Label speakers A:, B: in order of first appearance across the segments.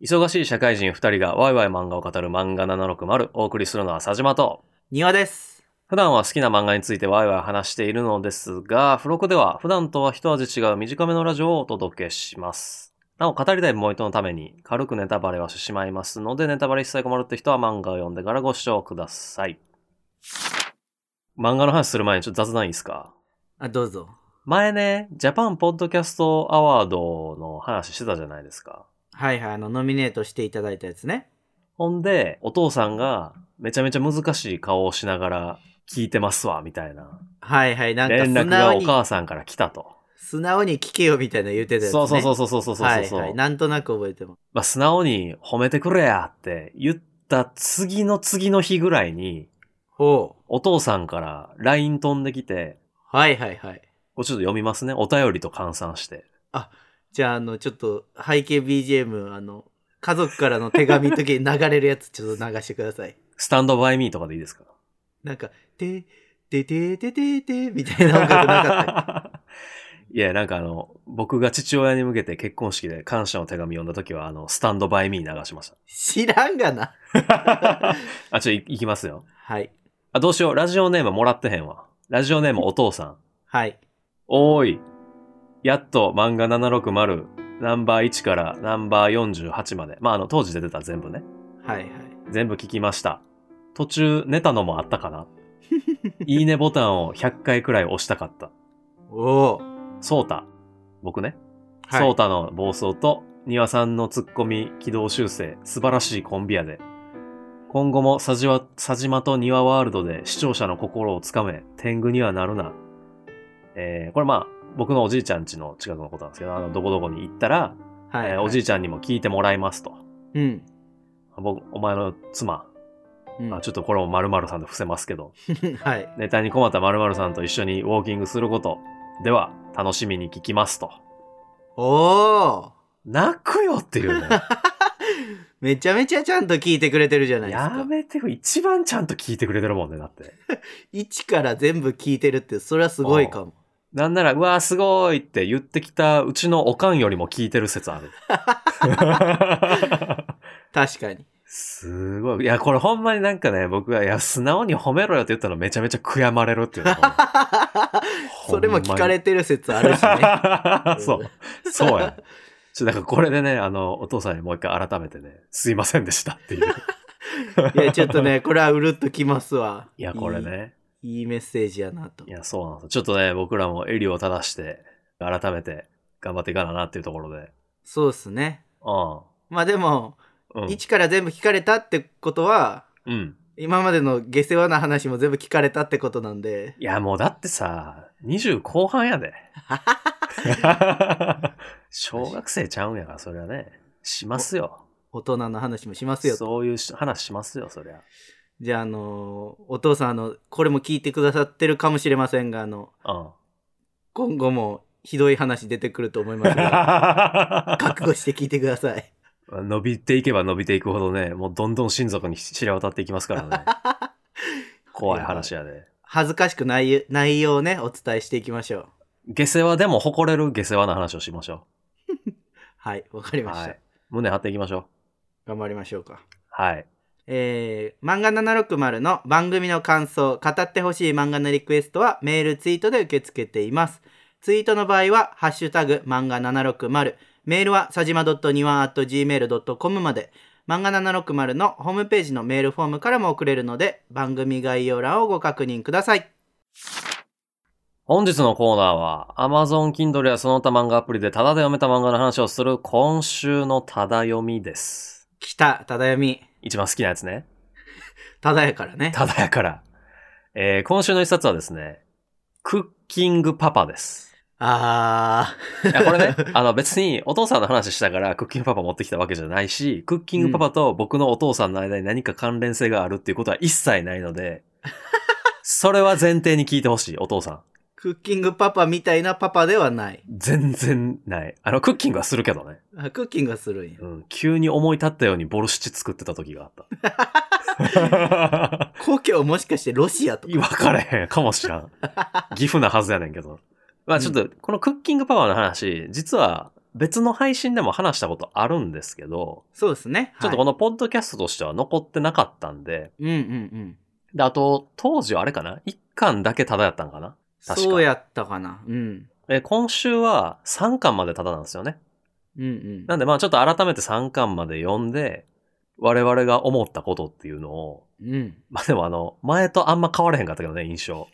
A: 忙しい社会人2人がワイワイ漫画を語る漫画760お送りするのは佐島と、
B: 庭です。
A: 普段は好きな漫画についてワイワイ話しているのですが、付録では普段とは一味違う短めのラジオをお届けします。なお、語りたいポイントのために軽くネタバレはしてしまいますので、ネタバレ一切困るって人は漫画を読んでからご視聴ください。漫画の話する前にちょっと雑談いいですか
B: あ、どうぞ。
A: 前ね、ジャパンポッドキャストアワードの話してたじゃないですか。
B: はいはい、あの、ノミネートしていただいたやつね。
A: ほんで、お父さんがめちゃめちゃ難しい顔をしながら聞いてますわ、みたいな。
B: はいはい、なんか
A: 連
B: 素
A: 絡が
B: 直
A: お
B: に、
A: 母さんから来たと。
B: 素直に聞けよみたいな言ってたやつね。
A: そうそうそううそうそうそうそう。
B: はいはい、なんとなく覚えてます。
A: まあ、素直に褒めてくれやって言った次の次の日ぐらいに、
B: ほ
A: お父さんから LINE 飛んできて、
B: う。はいはいはい。
A: これちょっと読みますね。お便りと換算して。
B: じゃあ、あの、ちょっと、背景 BGM、あの、家族からの手紙の時に流れるやつ、ちょっと流してください。
A: スタンドバイミーとかでいいですか
B: なんか、て、ててててて、みたいな音楽なかっ たっ
A: いや、なんかあの、僕が父親に向けて結婚式で感謝の手紙読んだ時は、あの、スタンドバイミー流しまし
B: け知らんがな。
A: た。 あ、ちょ、いいきますよ。
B: はい。
A: あ、どうしよう。ラジオネームもらってへんわ。ラジオネームお父さん。
B: はい。
A: おーい。やっと漫画760、ナンバー1からナンバー48まで。まあ、あの、当時出てた全部ね。
B: はいはい。
A: 全部聞きました。途中寝たのもあったかないいねボタンを100回くらい押したかった。
B: おお。
A: ソータ。僕ね。
B: はい
A: ソータの暴走と、庭さんのツッコミ、軌道修正、素晴らしいコンビやで。今後も佐島佐島と庭ワールドで視聴者の心をつかめ、天狗にはなるな。えー、これまあ、僕のおじいちゃん家の近くのことなんですけど、あの、どこどこに行ったら、
B: はい、
A: えーおじいちゃんにも聞いてもらいますと。
B: うん。
A: 僕、お前の妻、
B: うん。
A: あちょっとこれも〇〇さんで伏せますけど、
B: はい。
A: ネタに困った〇〇さんと一緒にウォーキングすること、では、楽しみに聞きますと。
B: おー
A: 泣くよっていうね。
B: めちゃめちゃちゃんと聞いてくれてるじゃないです
A: や
B: か。
A: めてよ。一番ちゃんと聞いてくれてるもんね、だって。
B: 一から全部聞いてるって、それはすごいかも。
A: なんなら、うわーすごいって言ってきたうちのおかんよりも聞いてる説あ る。
B: 確かに。
A: すごい。いや、これほんまになんかね、僕が、いや、素直に褒めろよって言ったのめちゃめちゃ悔やまれるっていう の
B: それも聞かれてる説あるしね。
A: ね
B: ん
A: そう。そうや。ちょ、だからこれでね、あの、お父さんにもう一回改めてね、すいませんでしたって いう。
B: いや、ちょっとね、これはうるっときますわ。
A: いや、これね。
B: いい。いいメッセージやなと
A: い。や、そうなんですよちょっとね、僕らも襟を正して、改めて頑張っていかななっていうところで。
B: そうですね。
A: う
B: まあでも、
A: ん。うん。
B: 一から全部聞かれたってことは、
A: うん。
B: 今までの下世話な話も全部聞かれたってことなんで、
A: いや、もうだってさ、20後半やで。 小学生ちゃうんやから、そりゃね。しますよ。
B: 大人の話もしますよと。
A: そういうし話しますよ、そりゃ。
B: じゃあ、あのお父さん、あの、これも聞いてくださってるかもしれませんが、あの、
A: うん。
B: 今後もひどい話出てくると思いま すが覚悟して聞いてください
A: 伸びていけば伸びていくほどね、もうどんどん親族に知れ渡っていきますから ね。怖い話やで。
B: 恥ずかしくない内容をねお伝えしていきましょう
A: 下世話でも誇れる下世話な話をしましょ
B: はいわかり
A: う。
B: ました、
A: はい。胸張っていきましょう。
B: 頑張りましょうか
A: はい。
B: えー、漫画760の番組の感想語ってほしい漫画のリクエストはメールツイートで受け付けていますツイートの場合は「ハッシュタグ漫画760」メールはさじま .niwa.gmail.com まで漫画760のホームページのメールフォームからも送れるので番組概要欄をご確認ください
A: 本日のコーナーは Amazon Kindle やその他漫画アプリでタダで読めた漫画の話をする今週のタダ読みです。
B: 来た、ただやみ。
A: 一番好きなやつ ね。
B: ただやからね。
A: タダやから。えー、今週の一冊はですね、クッキングパパです。
B: あ
A: いや、これ ね、あの別にお父さんの話したからクッキングパパ持ってきたわけじゃないし、クッキングパパと僕のお父さんの間に何か関連性があるっていうことは一切ないの で、それは前提に聞いてほしい、お父さん。
B: ー、クッキングパパみたいなパパではない。
A: 全然ない。あの、クッキングはするけどね。
B: あクッキングはするんや
A: う。ん、急に思い立ったようにボルシチ作ってた時が あっ
B: 故郷もしかしてロシアと
A: た。
B: か。
A: 分からへんかもしらん。岐阜なはずやねんけど。まあちょっと、このクッキングパワーの話、実は別の配信でも話したことあるんですけど、
B: そうですね。
A: ちょっとこ
B: はい
A: のポッドキャストとしては残ってなかったんで、
B: うんうんうん。
A: で、あと、当時はあれかな ?1 巻だけタダやったんかな確か
B: そうやったかな。うん。
A: え、今週は3巻までタダなんですよね。
B: うんうん。
A: なんでまあちょっと改めて3巻まで読んで、我々が思ったことっていうのを、
B: うん。
A: まあでもあの、前とあんま変わらへんかったけどね、印象。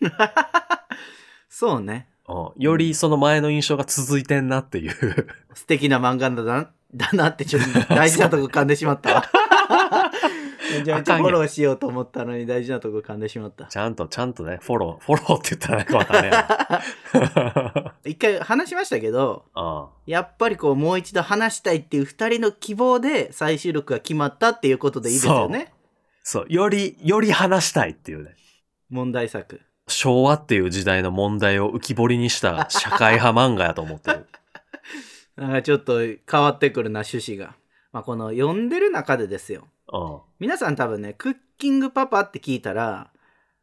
B: そうね。
A: うん、よりその前の印象が続いてんなっていう。
B: 素敵な漫画だな、だなってちょっと大事なとこ噛んでしまっ たわ。めちゃめちゃフォローしようと思ったのに大事なとこ噛んでしまった。
A: ちゃんと、ちゃんとね、フォロー、フォローって言ったら変わったね。
B: 一回話しましたけど、
A: うん
B: やっぱりこうもう一度話したいっていう二人の希望で最終録が決まったっていうことでいいですよね。
A: そう、より、より話したいっていうね。
B: 問題作。
A: 昭和っていう時代の問題を浮き彫りにした社会派漫画やと思ってる。
B: なんかちょっと変わってくるな、趣旨が。まあ、この読んでる中でですよ。
A: うん。
B: 皆さん多分ね、クッキングパパって聞いたら、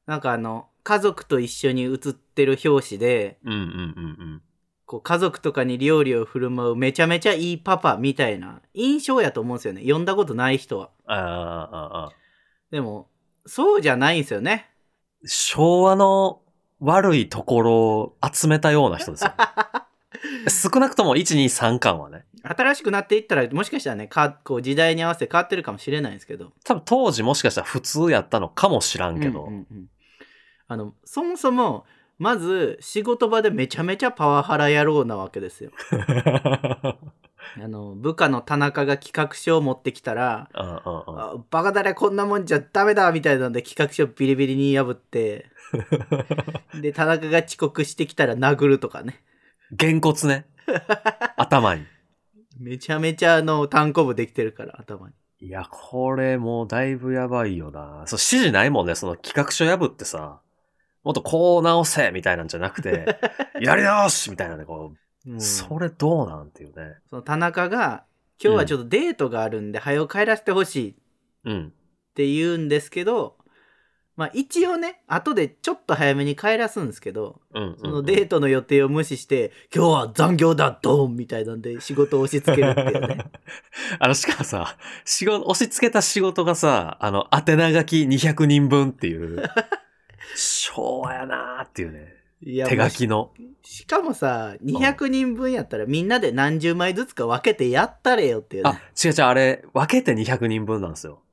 B: なんかあの、家族と一緒に写ってる表紙で、
A: うんうんうん
B: こう家族とかに料理を振る舞うめちゃめちゃいいパパみたいな印象やと思うんですよね。読んだことない人は。
A: うん。ああ、ああ、ああ。
B: でも、そうじゃないんですよね。
A: 昭和の悪いところを集めたような人 ですよ、少なくとも1、2、3巻はね。
B: 新しくなっていったら、もしかしたらね、かこう時代に合わせて変わってるかもしれないんですけど。
A: 多分当時もしかしたら普通やったのかもしらんけど。
B: うんうんうんあの、そもそも、まず仕事場でめちゃめちゃパワハラ野郎なわけですよ。あの、部下の田中が企画書を持ってきたら、
A: うんうんうん
B: あバカだね、こんなもんじゃダメだみたいなので企画書ビリビリに 破って、で、田中が遅刻してきたら殴るとかね。
A: げんこつ ね。頭に。
B: めちゃめちゃあの、単行部できてるから、頭に。
A: いや、これもうだいぶやばいよな。そう、指示ないもんね。その企画書破ってさ、もっとこう直せみたいなんじゃなく て、やり直しみたいなね、こ
B: う
A: う、
B: ん
A: それどうなんっていうね。
B: その田中が、今日はちょっとデートがあるんで、早く帰らせてほしいっ
A: うん。
B: て言うんですけど、まあ一応ね、後でちょっと早めに帰らすんですけど、
A: うんうん、うん。
B: そのデートの予定を無視して、今日は残業だ、ドンみたいなんで仕事を押し付けるっていう ね。
A: あの、しかもさ、仕事、押し付けた仕事がさ、あの、宛名書き200人分っていう、昭和やなーっていうね。
B: いや
A: 手書きの。
B: しかもさ200人分やったらみんなで何十枚ずつか分けてやったれよっていう、ね、
A: あ
B: あ、
A: 違う違う、あれ、分けて200人分なんですよ。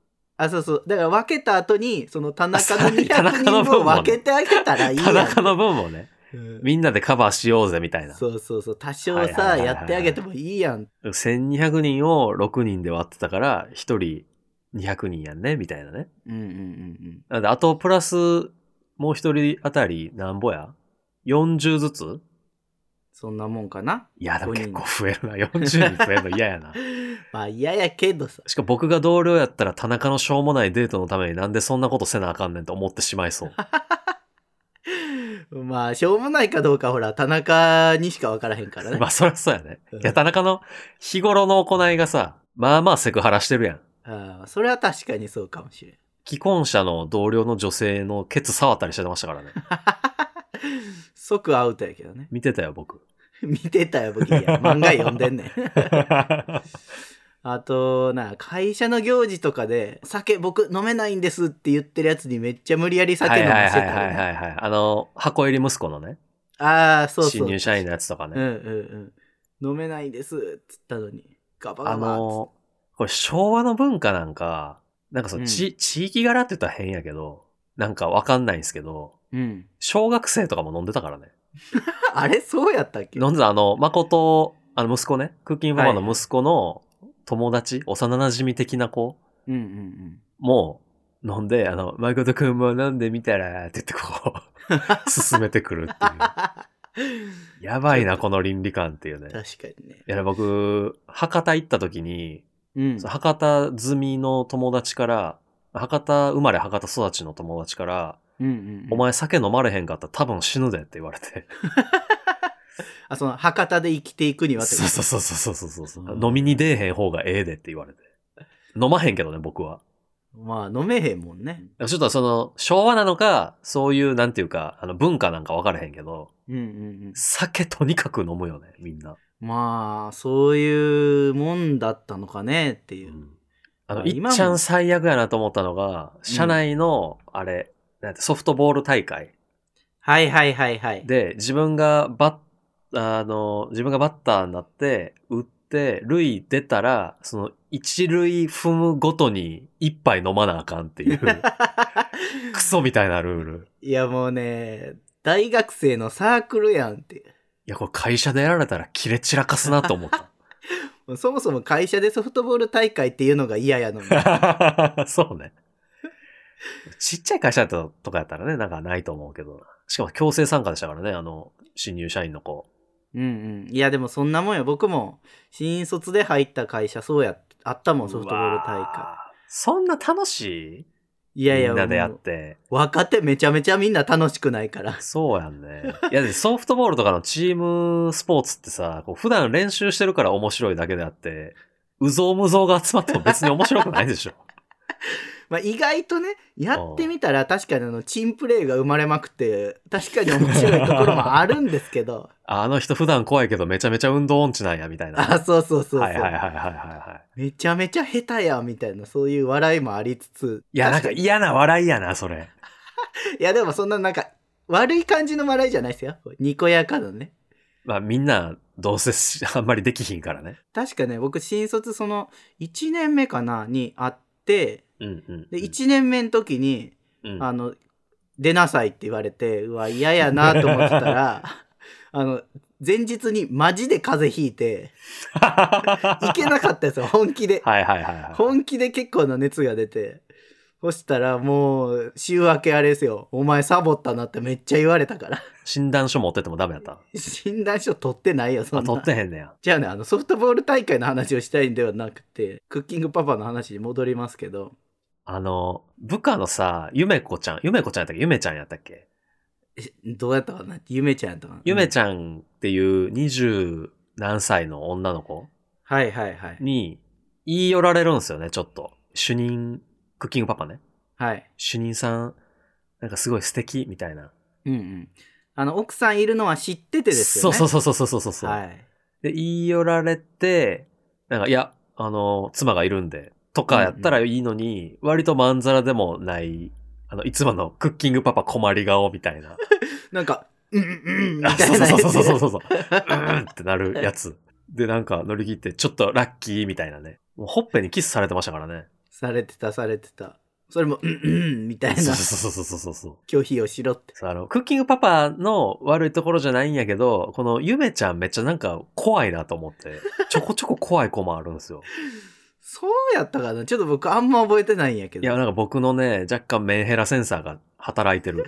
B: そうそうだから分けた後にその田中
A: あさら
B: の
A: に田
B: 200
A: 中
B: 人
A: の
B: 分
A: 分
B: を
A: もね
B: 分けてあげたらいいや
A: 田
B: ん
A: 中の分もね、
B: うん
A: みんなでカバーしようぜみたいな。
B: そうそうそう多少
A: はいはいは
B: さ
A: いはい
B: やってあげてもいいやん
A: 1200人を6人で割ってたから、1人200人やんね、みたいなね。
B: うんうんうん
A: なんで、あと、プラス、もう1人あたり、なんぼや ?40 ずつ
B: そんなもんかない
A: や、でも
B: 5
A: 結
B: 人
A: 構増えるな。40人増えるの嫌やな。
B: まあ嫌やけどさ
A: しかも僕が同僚やったら田中のしょうもないデートのためになんでそんなことせなあかんねんと思ってしまい そう。
B: まあしょうもないかどうかほら田中にしか分からへんからね、
A: まあそりゃそうやね
B: うん。
A: いや、田中の日頃の行いがさ、まあまあセクハラしてるやん。
B: あ、それは確かにそうかもしれん
A: 既婚者の同僚の女性のケツ触ったりしてましたからね。
B: 即アウトやけどね
A: 見てたよ、僕。
B: 見てたよ武器 や漫画読んでんねんあと、な、会社の行事とかで、酒僕飲めないんですって言ってるやつにめっちゃ無理やり酒
A: はい
B: 飲
A: は
B: ま
A: い
B: せ
A: は
B: た
A: いはい
B: りね。
A: はいはい。あの、箱入り息子のね、
B: ああ、そうそう。
A: 新入社員のやつとか
B: うん
A: ね。
B: うんうん。飲めないですっつったのに。ガバ
A: あ
B: ガバっつって
A: の、これ昭和の文化なんか、なんかその、ち地域柄って言ったら変やけど、なんかわかんないんですけど、
B: うん。
A: 小学生とかも飲んでたからね。
B: あれそうやったっけ
A: 飲んでたあの、誠、あの息子ね、クッキングパパの息子の友達、幼馴染的な子
B: うんう んうん。
A: も飲んで、あの、誠くんも飲んでみたら、って言ってこ う、進めてくるっていう。やば いな、この倫理観っていうね。
B: 確かにね。
A: いや、僕、博多行った時に、
B: うん。
A: その博多住みの友達から、博多生まれ博多育ちの友達から、
B: うんうんうん
A: お前酒飲まれへんかったら多分死ぬでって言われて。
B: あ、その、博多で生きていくにはってこ
A: そう
B: と
A: そうそうそうそうそうそう、
B: うん
A: 飲みに出えへん方がええでって言われて。飲まへんけどね、僕は。
B: まあ、飲めへんもんね。
A: ちょっとその、昭和なのか、そういう、なんていうか、あの、文化なんか分からへんけど、
B: うんうんうん。
A: 酒とにかく飲むよね、みんな。
B: まあそういうもんだったのかねっていう、
A: あの、
B: まあ
A: い
B: 今
A: っ
B: も
A: ちゃん最悪やなと思ったのが、社内の、あれ、なんてソフトボール大会
B: はいはいはいはい
A: で、自分がバッ、あの、自分がバッターになって、打って、塁出たら、その、一塁踏むごとに一杯飲まなあかんっていう、クソみたいなルール。
B: いやもうね大学生のサークルやんっていう
A: いや、これ会社でやられたら切れ散らかすなと思 った。
B: もうそもそも会社でソフトボール大会っていうのが嫌やのに
A: そうね。ちっちゃい会社だととかやったらね、なんかないと思うけど。しかも強制参加でしたからね、あの、新入社員の子。
B: うんうんいやでもそんなもんよ僕も新卒で入った会社そうやあったもんソフトボール大
A: う
B: 会
A: わー。そんな楽し
B: い
A: い
B: やいや
A: みんなでや
B: も
A: っ
B: う
A: て。
B: 若手めちゃめちゃみんな楽しくないから
A: そうやんね。いや、でソフトボールとかのチームスポーツってさ、こう普段練習してるから面白いだけであって、うぞうむぞうが集まっても別に面白くない でしょ。
B: まあ、意外とねやってみたら確かにあのチンプレーが生まれまくって確かに面白いところもあるんですけど
A: ああの人普段怖いけどめちゃめちゃ運動音痴なんや、み たいな。
B: あそうそうそうそう、
A: はいはいはいはいはいはい。
B: めちゃめちゃ下手やみたいなそういう笑いもありつつ
A: いや、なんか
B: 確
A: 嫌な笑いやな、それ。
B: にいやでもそんななんか悪い感じの笑いじゃないですよにこやかなね
A: まあみんな、どうせしあんまりできひんからね。
B: 確かね僕新卒その1年目かなに会って
A: うんうん。
B: で、1年目の時に、
A: うん、
B: あの出なさいって言われてうわ嫌やなと思ってた らあの前日にマジで風邪ひいて。
A: はい
B: けなかったですよ、本気で
A: い。はいはいはい。
B: 本気で結構な熱が出て。そしたらもう、週明けあれですよ、お前サボったなってめっちゃ言われたから。
A: 診断書持ってってもダメやった。
B: 診断書取ってないよ、そ
A: あ、
B: んな。
A: 取ってへんねや。
B: じゃあね、あの、ソフトボール大会の話をしたいんではなくて、クッキングパパの話に戻りますけど、
A: あの、部下のさ、ゆめこちゃん、ゆめこちゃんやったっけゆめちゃんやったっけ
B: えどうやったかなゆめちゃんやったかな
A: ゆめ
B: ゃん。
A: ちゃんっていう二十何歳の女の子
B: はいはいはい。
A: に言い寄られるんですよね、ちょっと。主任、クッキングパパね。
B: はい。
A: 主任さん、なんかすごい素敵みたいな。
B: うんうん。あの、奥さんいるのは知っててです
A: そ
B: よ
A: う
B: ね。
A: そう
B: そ
A: そうそうそうそうそう。
B: はい。
A: で、言い寄られて、なんか、いや、あの、妻がいるんで、とかやったらいいのに、割とまんざらでもない、あの、いつものクッキングパパ困り顔みたいな。
B: なんか、うん うんうん、み
A: あ
B: た
A: そ
B: いうなやつ。
A: そうそうそうそうそう。うんってなるやつ。で、なんか乗り切って、ちょっとラッキーみたいなね。もうほっぺにキスされてましたからね。
B: されてたされてたそれもうんうんみたいな
A: そうそうそうそうそうそう。
B: 拒否をしろって
A: そうあの、クッキングパパの悪いところじゃないんやけど、このゆめちゃんめっちゃなんか怖いなと思って、ちょこちょこ怖い子もあるんですよ。
B: そうやったかなちょっと僕あんま覚えてないんやけ
A: いや、
B: ど
A: なんか僕のね、若干メンヘラセンサーが働いてる。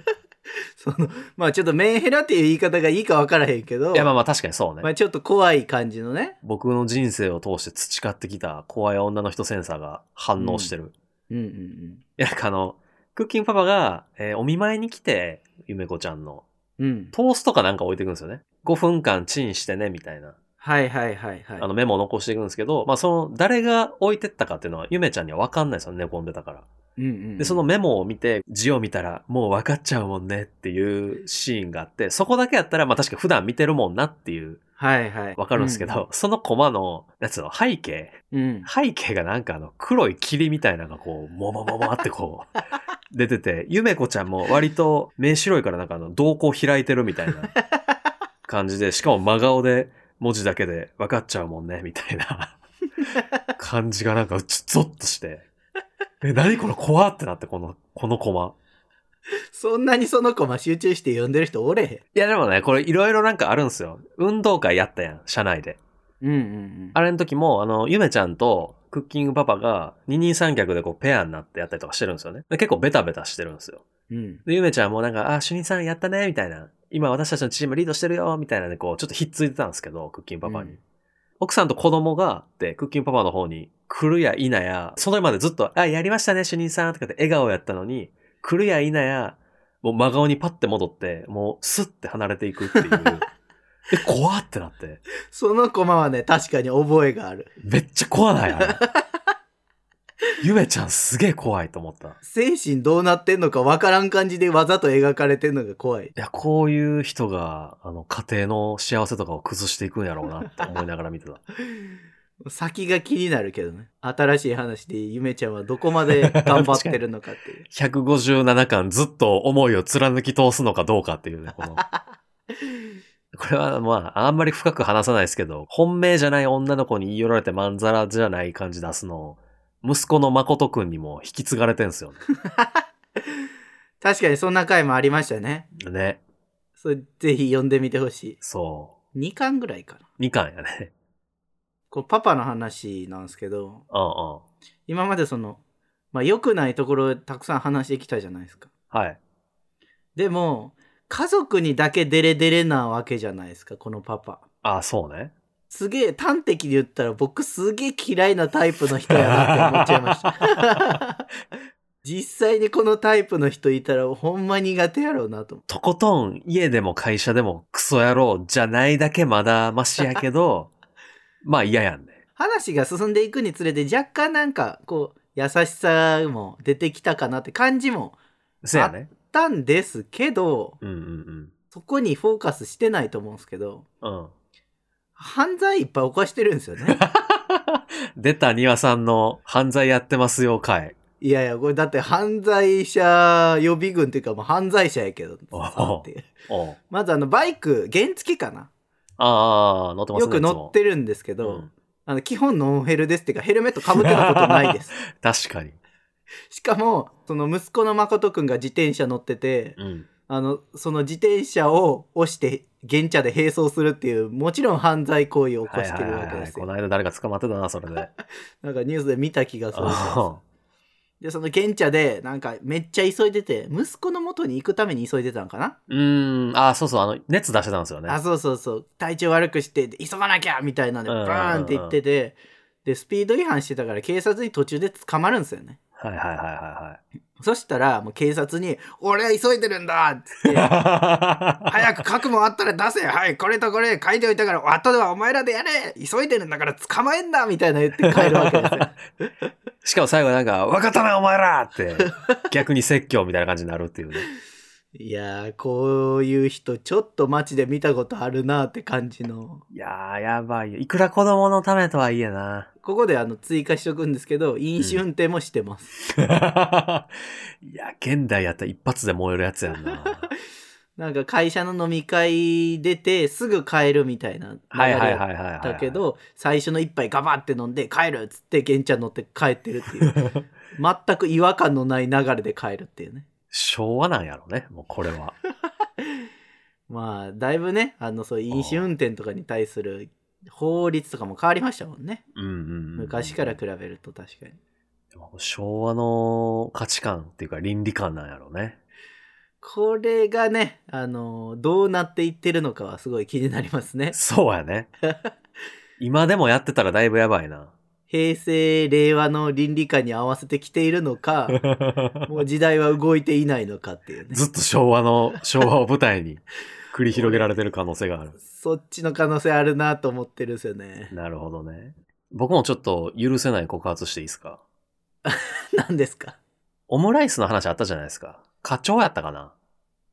B: そのまあちょっとメンヘラっていう言い方がいいか分からへんけど
A: いや、まあまあ確かにそう
B: ま
A: ね。
B: あちょっと怖い感じのね
A: 僕の人生を通して培ってきた怖い女の人センサーが反応してる。い
B: うんうんうん
A: や、なんかあの、クッキングパパが、えーお見舞いに来て、ゆめこちゃんの、
B: うん、
A: トーストかなんか置いていくんですよね。5分間チンしてね、みたいな。
B: はいはいはいはい
A: あのメモを残していくんですけど、まあその、誰が置いてったかっていうのは、ゆめちゃんにはわかんないですよね、寝込んでたから。
B: うんうん、
A: で、そのメモを見て、字を見たら、もう分かっちゃうもんねっていうシーンがあって、そこだけやったら、まあ確か普段見てるもんなっていう、
B: はいはい
A: わかるんですけど、、そのコマの、やつの背景、
B: うんうん
A: 背景がなんかあの黒い霧みたいなのがこう、ももももってこ う、出てて、ゆめこちゃんも割と目白いからなんかあの、瞳孔開いてるみたいな感じで、しかも真顔で文字だけで分かっちゃうもんね、みたい な感じがなんかちょゾッとして、え、何これ怖ってなって、この、このコマ。
B: そんなにその子まあ集中して読んでる人おれ
A: いやでもね、これいろいろなんかあるんですよ。運動会やったやん、社内で。
B: へんうんうん
A: あれの時も、あの、ゆめちゃんとクッキングパパが二人三脚でこうペアになってやったりとかしてるんですよね。で結構ベタベタしてるんですよ。
B: うんうん
A: で、ゆめちゃんもなんか、あ、主任さんやったね、みたいな。今私たちのチームリードしてるよ、みたいなんでこう、ちょっとひっついてたんですけど、クッキングパパに。
B: うん
A: 奥さんと子供が、で、クッキングパパの方に来るや否や、それまでずっと、あ、やりましたね、主任さん、とかって笑顔やったのに、来るや否や、もう真顔にパッて戻って、もうスッて離れていく っていう。え、怖ってなって。
B: そのコマはね確かに覚えがある
A: めっちゃ怖ないあれゆめちゃんすげえ怖いと思った。い
B: 精神どうなってんのかわからん感じでわざと描かれてんのが怖い。
A: や、こういう人が、あの、家庭の幸せとかを崩していくんやろうなって思いながら見てた。。
B: 先が気になるけどね。新しい話でゆめちゃんはどこまで頑張ってるのかっていう
A: 157巻ずっと思いを貫き通すのかどうかっていうね、この。これはまあ、あんまり深く話さないですけど、本命じゃない女の子に言い寄られてまんざらじゃない感じ出すの、息子の誠くんにも引き継がれてんすよ
B: 確かにそんな回もありましたね。
A: ね。ね。
B: それぜひ読んでみてほし
A: そ
B: い。2巻ぐらいかな。
A: う。2巻やね。
B: こうパパの話なんですけど、
A: うんうん。
B: 今までその、まあ良くないところたくさん話してきたじゃないですか。
A: はい。
B: でも、家族にだけデレデレなわけじゃないですか、このパパ。
A: ああ、そうね。
B: すげえ、端的に言ったら僕すげえ嫌いなタイプの人やなって思っちゃいました。 実際にこのタイプの人いたらほんま苦手やろうなと思う。
A: とことん家でも会社でもクソ野郎じゃないだけまだマシやけ ど、まあ嫌やんね。
B: 話が進んでいくにつれて若干なんかこう優しさも出てきたかなって感じも
A: せやね
B: あ。したんですけど、
A: うんうん
B: そこにフォーカスしてないと思うんですけど、
A: うん。 うん。
B: 犯罪いっぱい犯してるんです よね。
A: 出た庭さんの犯罪やってますよ回。
B: いやいや、これだって犯罪者予備軍っていうかもう犯罪者やけど
A: お
B: さっていう
A: おう
B: まずあのバイク原付かな
A: ああ、乗ってます
B: よ
A: ね。
B: く乗ってるんですけ
A: いつも
B: ど、
A: うん
B: あの基本ノンヘルですっていうかヘルメットかぶってたことないです
A: 確かに。
B: しかもその息子の誠くんが自転車乗ってて、
A: うん。
B: あのその自転車を押して現茶で並走するっていうもちろん犯罪行為を起こ
A: はい
B: し
A: は
B: て
A: い
B: るわ
A: は
B: け
A: いは
B: で
A: い。
B: す
A: こ
B: よ、
A: の間誰か捕まってたな、それ で。
B: なんかニュースで見た気がするんですよ
A: あ
B: でその現茶でなんかめっちゃ急いでて息子の元に行くために急いでたのかな、
A: ーうーん。ああ、そうそう。あの、熱出してたんですよね。
B: あそうそうそう体調悪くしてで急がなきゃみたいなんで
A: う
B: ブ
A: んうんうんうん
B: ーンって行っててでスピード違反してたから警察に途中で捕まるんですよね
A: はいはいはいは
B: そしたらもう警察に「俺は急いでるんだ!」っつ って
A: いはい。
B: 早く書くもんあったら出せはいこれとこれ書いておいたから後ではお前らでやれ急いでるんだから捕まえんだみたいな言って帰るわ けですよ
A: しかも最後なんか、わかったな、お前らって、 逆に説教みたいな感じになるっていうね。
B: いやーこういう人ちょっと街で見たことあるなって感じの
A: いやー、やばいよ。いくら子供のためとはいえ な。
B: ここであの追加しとくんですけど飲酒運転もしてます、
A: いや、現代やったら一発で燃えるやつやんな。
B: なんか会社の飲み会出てすぐ帰るみたいな流
A: はいはい
B: れ
A: はいはい、はい。
B: だけ、ど最初の一杯ガバって飲んで帰るっつって玄ちゃん乗って帰ってる っていう全く違和感のない流れで帰るっていうね
A: 昭和なんやろね、もうこれは。
B: まあだいぶねあのそういう飲酒運転とかに対する法律とかも変わりましたもんね
A: うんうんうんうん
B: 昔から比べると確かに
A: でも昭和の価値観っていうか倫理観なんやろね。
B: これがねあのどうなっていってるのかはすごい気になりますね
A: そうや ね。今でもやってたらだいぶやばい な。
B: 平成令和の倫理観に合わせてきているのか もう時代は動いていないのかっていうね
A: ずっと昭和の、昭和を舞台に繰り広げられてる可能性がある。
B: そっちの可能性あるなと思ってるんですよね
A: なるほどね。僕もちょっと許せない告発していいですか
B: 何ですか
A: オムライスの話あったじゃないですか。課長やったかな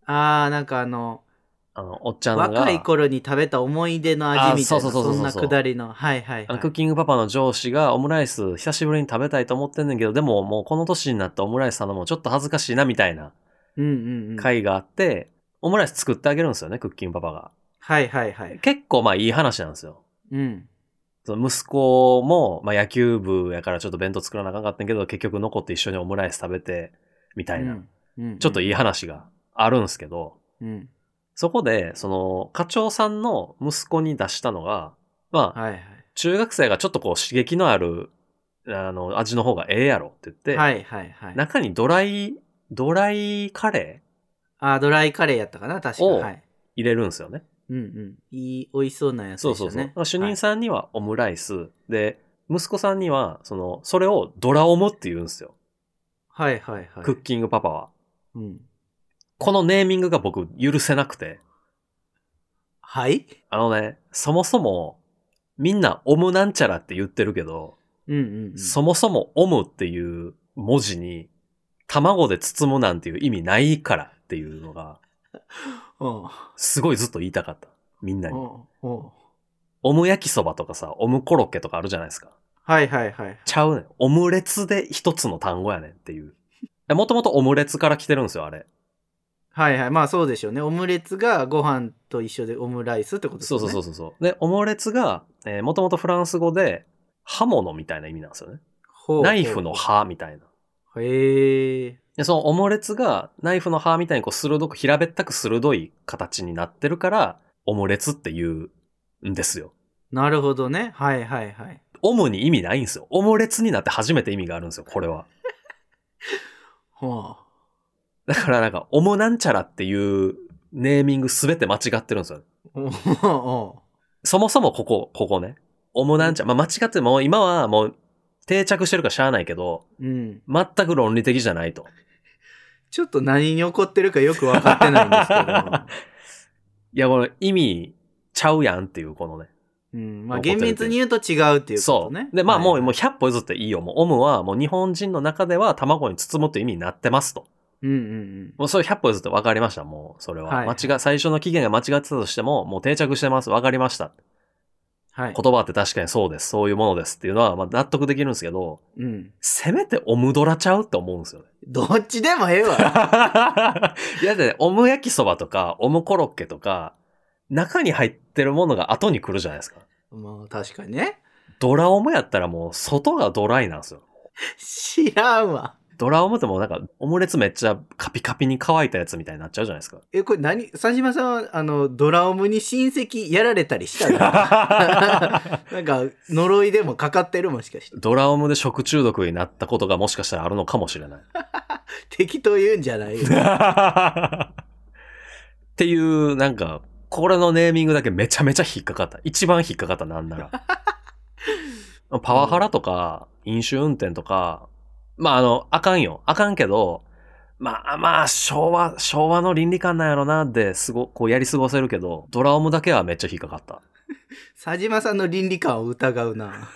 B: あーなんかあの
A: あの、おっちゃんが。
B: 若い頃に食べた思い出の味みた
A: あーそう
B: い
A: そ
B: な
A: うそうそ
B: そう
A: そうん
B: なくだりのはいはい、
A: あ
B: は
A: の
B: い
A: クッ、キングパパの上司がオムライス久しぶりに食べたいと思ってんねんけど、でももうこの年になってオムライス頼むのちょっと恥ずかしいなみたいな
B: うんうんうん、はい
A: 会があって、オムライス作ってあげるんですよね、クッキングパパが。
B: はいはい
A: 結構まあいい話なんですよ。
B: うん
A: その息子も、まあ、野球部やからちょっと弁当作らなあかんかったんけど、結局残って一緒にオムライス食べて、みたいな、
B: うんうん
A: ちょっといい話があるんすけど、
B: うん
A: そこで、その、課長さんの息子に出したのが、まあ、
B: はいはい
A: 中学生がちょっとこう刺激のある、あの、味の方がええやろって言って、
B: はいはいはい
A: 中にドライ、ドライカレー
B: あードライカレーやったかな確か
A: おう
B: はい
A: 入れるんですよね。
B: うんうんいい美味しそうなやつ
A: そう
B: でし
A: そ
B: た
A: うそう
B: ね。
A: 主任
B: ん、
A: さんにはオムライス、で、息子さんには、その、それをドラオムって言うんですよ。
B: はい、はいはいはい
A: クッキングパパは。
B: うん
A: このネーミングが僕許せなくて。
B: はい
A: あのね、そもそも、みんなオムなんちゃらって言ってるけど、
B: うんうんうん。
A: そもそもオムっていう文字に卵で包むなんていう意味ないからっていうのが、
B: うん。
A: すごいずっと言いたかった。みんなに。
B: うんうん
A: オム焼きそばとかさ、オムコロッケとかあるじゃないですか。
B: はいはいはい。
A: ちゃうねん。オムレツで一つの単語やねんっていう。もともとオムレツから来てるんですよ、あれ。
B: はいはい。まあそうでしょうね。オムレツがご飯と一緒でオムライスってことです
A: そ
B: よ
A: う
B: ね。
A: そうそううそうそう。で、オムレツが、えー、もともとフランス語で、刃物みたいな意味なんですよね。
B: ほう。
A: ナイフの刃みたいな。
B: へえ。
A: で、そのオムレツがナイフの刃みたいにこう鋭く、平べったく鋭い形になってるから、オムレツって言うんですよ。
B: なるほどね。はいはいはい。
A: オムに意味ないんですよ。オムレツになって初めて意味があるんですよ、これは。
B: ほう。
A: だからなんか、オムなんちゃらっていうネーミングすべて間違ってるんですよ。
B: おお
A: そもそもここ、ここね。オムなんちゃら。まあ、間違ってもう今はもう定着してるからしゃあないけど、
B: うん。
A: 全く論理的じゃないと。
B: ちょっと何に怒ってるかよく分かってない んです
A: いや、これ意味ちゃうやんっていう、このね。
B: けど。うん。まあ
A: 怒ってる
B: 厳密に言うと違うっていうことね。
A: そう。で、まあもう、
B: はい
A: もう100歩譲っていいよ。もうオムはもう日本人の中では卵に包むという意味になってますと。
B: うんうん
A: もうそれ100歩譲って分かりました。もうそれは。
B: はい
A: 間違、最初の期限が間違ってたとしても、もう定着してます。分かりました。
B: うん。はい。
A: 言葉って確かにそうです。そういうものですっていうのは、まあ納得できるんですけど、
B: うん。
A: せめてオムドラちゃうって思うん ですよね。
B: どっちでもええわ。
A: いやだってオム焼きそばとか、オムコロッケとか、中に入ってるものが後に来るじゃないですか。
B: まあ確かにね。
A: ドラオムやったらもう外がドライなんですよ。
B: 知らんわ。
A: ドラオムってもうなんかオムレツめっちゃカピカピに乾いたやつみたいになっちゃうじゃないですか。
B: え、これ何三島さんは、あの、ドラオムに親戚やられたりし たのなんか、呪いでもかかってるもしかして。
A: ドラオムで食中毒になったことがもしかしたらあるのかもしれない。
B: 適当言うんじゃないよ
A: っていう、なんか、これのネーミングだけめちゃめちゃ引っかかった。一番引っかかった、なん なら。パワハラとか、飲酒運転とか、まあ、あの、あかんよ。あかんけど、まあまあ、昭和、昭和の倫理観なんやろな、で、すご、こうやり過ごせるけど、ドラオムだけはめっちゃ引っかかっ た。
B: 佐島さんの倫理観を疑うな。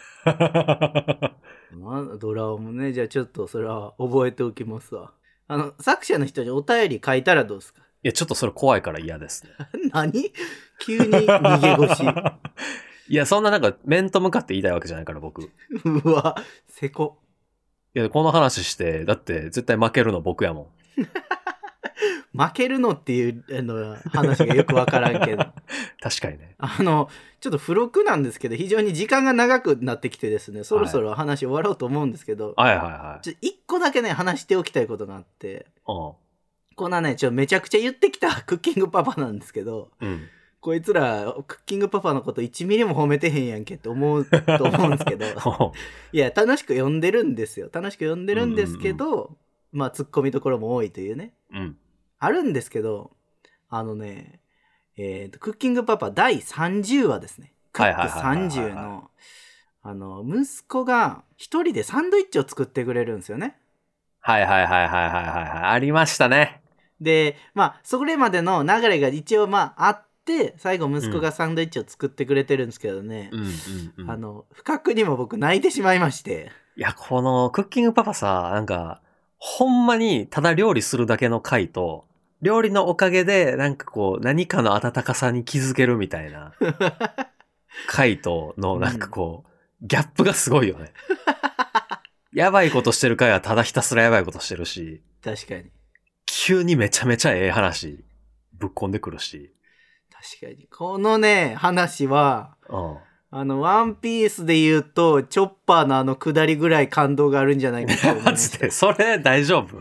B: まあ、ドラオムね。じゃあちょっとそれは覚えておきますわ。あの、作者の人にお便り書いたらどうですか
A: いや、ちょっとそれ怖いから嫌ですね。
B: 何急に逃げ腰。
A: いや、そんななんか、面と向かって言いたいわけじゃないから、僕。
B: うわ、せこ。
A: いや、この話して、だって絶対負けるの僕やもん。
B: 負けるのっていうあの話がよくわからんけど。
A: 確かにね。
B: あの、ちょっと付録なんですけど、非常に時間が長くなってきてですね、そろそろ話終わろうと思うんですけど、
A: はいはいは
B: ちょっと一個だけね、話しておきたいことがあって、
A: い。
B: こんなね、ちょっとめちゃくちゃ言ってきたクッキングパパなんですけど、
A: うん。うん。
B: こいつら、クッキングパパのこと1ミリも褒めてへんやんけって思うと思うんですけど、 いや、楽しく読んでるんですよ。楽しく読んでるんですけど、まあ、ツッコミどころも多いというね、
A: うん。
B: あるんですけど、あのね、えっ、と、クッキングパパ第30話ですね。ク
A: はい
B: ッ
A: はい
B: ク
A: はいはいはい
B: 30の、あの、息子が一人でサンドイッチを作ってくれるんですよね。
A: はいはいはいはいはいはいはい。ありましたね。
B: で、まあ、それまでの流れが一応まああって、最後息子がサンドイッチを作ってくれてるんですけどね、
A: うんうんう
B: あ
A: ん。
B: の、不覚にも僕泣いてしまいまして。
A: いや、このクッキングパパさ、なんか、ほんまにただ料理するだけの回と、料理のおかげで、なんかこう、何かの温かさに気づけるみたい な回との、なんかこう、ギャップがすごいよ ね。やばいことしてる回はただひたすらやばいことしてるし、
B: 確かに。
A: 急にめちゃめちゃええ話ぶっこんでくるし。
B: 確かに。このね、話は、
A: うん。
B: あの、ワンピースで言うと、チョッパーのあの下りぐらい感動があるんじゃないかと思 い
A: マ
B: ま
A: ジ
B: し
A: で、
B: た。
A: それ大丈夫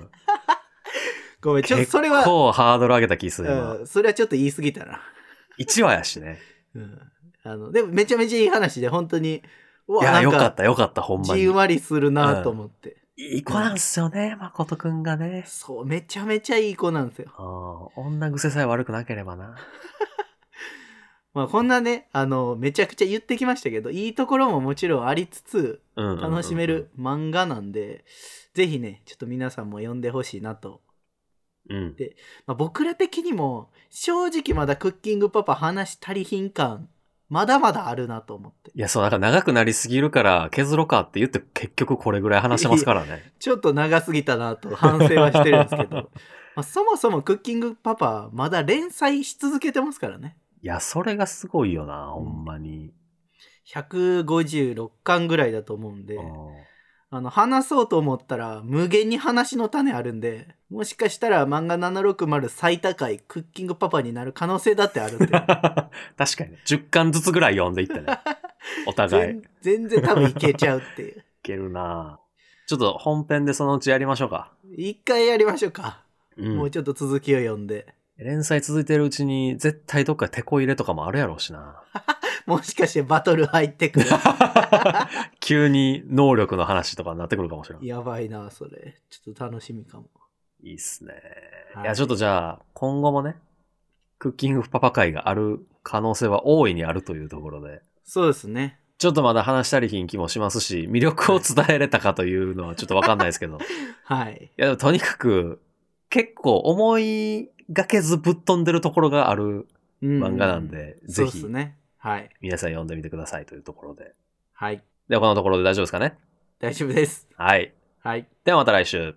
B: ごめん、ちょっとそれは
A: 結、構ハードル上げた気する今。
B: うん、それはちょっと言い過ぎたな。
A: 1話やしね。
B: うん。あの、でもめちゃめちゃいい話で、本当に、う
A: い
B: わ、
A: や、
B: なん
A: よか
B: か
A: っ、たよかった、ほんま
B: じ
A: に。
B: んわりするなと思って。
A: いい子なんすよね、誠くんがね。
B: そう、めちゃめちゃいい子なんですよ。
A: あー女癖さえ悪くなければな。
B: まあ、こんなね、あの、めちゃくちゃ言ってきましたけど、いいところももちろんありつつ、
A: うんうんうんうん
B: 楽しめる。漫画なんで、ぜひね、ちょっと皆さんも読んでほしいなと
A: うん。
B: まあ、僕ら的にも正直まだクッキングパパ話足りひん感まだまだあるなと思って。
A: いや、そう、なんか長くなりすぎるから削ろうかって言って結局これぐらい話してますから ね。
B: ちょっと長すぎたなと反省はしてるんです けど、まあ、そもそもクッキングパパ、まだ連載し続けてますからね。
A: いや、それがすごいよな、ほんまに。
B: 156巻ぐらいだと思うんで、
A: うん、
B: あの、話そうと思ったら無限に話の種あるんで、もしかしたら漫画760最高いクッキングパパになる可能性だってあるんで
A: 確かにね、10巻ずつぐらい読んでいって ね。お互い。い
B: 全全然多分いけちゃうっ ていう。
A: けるなちょっと本編でそのうちやりましょうか。
B: 一回やりましょうか。
A: う。
B: もうんちょっと続きを読んで。
A: 連載続いてるうちに絶対どっか手こ入れとかもあるやろうし な。
B: もしかしてバトル入っ てくる。
A: 急に能力の話とかになってくるかもしれない。
B: やばいな、それ。ちょっと楽しみかも。
A: いいっすね。
B: はい
A: いや、ちょっとじゃあ、今後もね、クッキングパパ会がある可能性は大いにあるというところで、
B: そうですね。
A: ちょっとまだ話したりひん気もしますし、魅力を伝えれたかというのはちょっとわかんないですけど、
B: はい。
A: いや、でもとにかく、結構思いがけずぶっ飛んでるところがある
B: うん
A: 漫画なんで、
B: そ
A: ぜ
B: うです
A: ひ
B: ね。はい。
A: 皆さん読んでみてくださいというところで。
B: はい。
A: では、このところで大丈夫ですかね
B: 大丈夫です。
A: はい。
B: はい。
A: ではまた来週。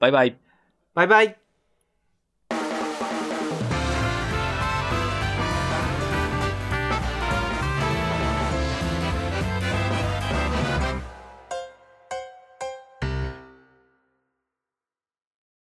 A: バイバイ。
B: バイバイ。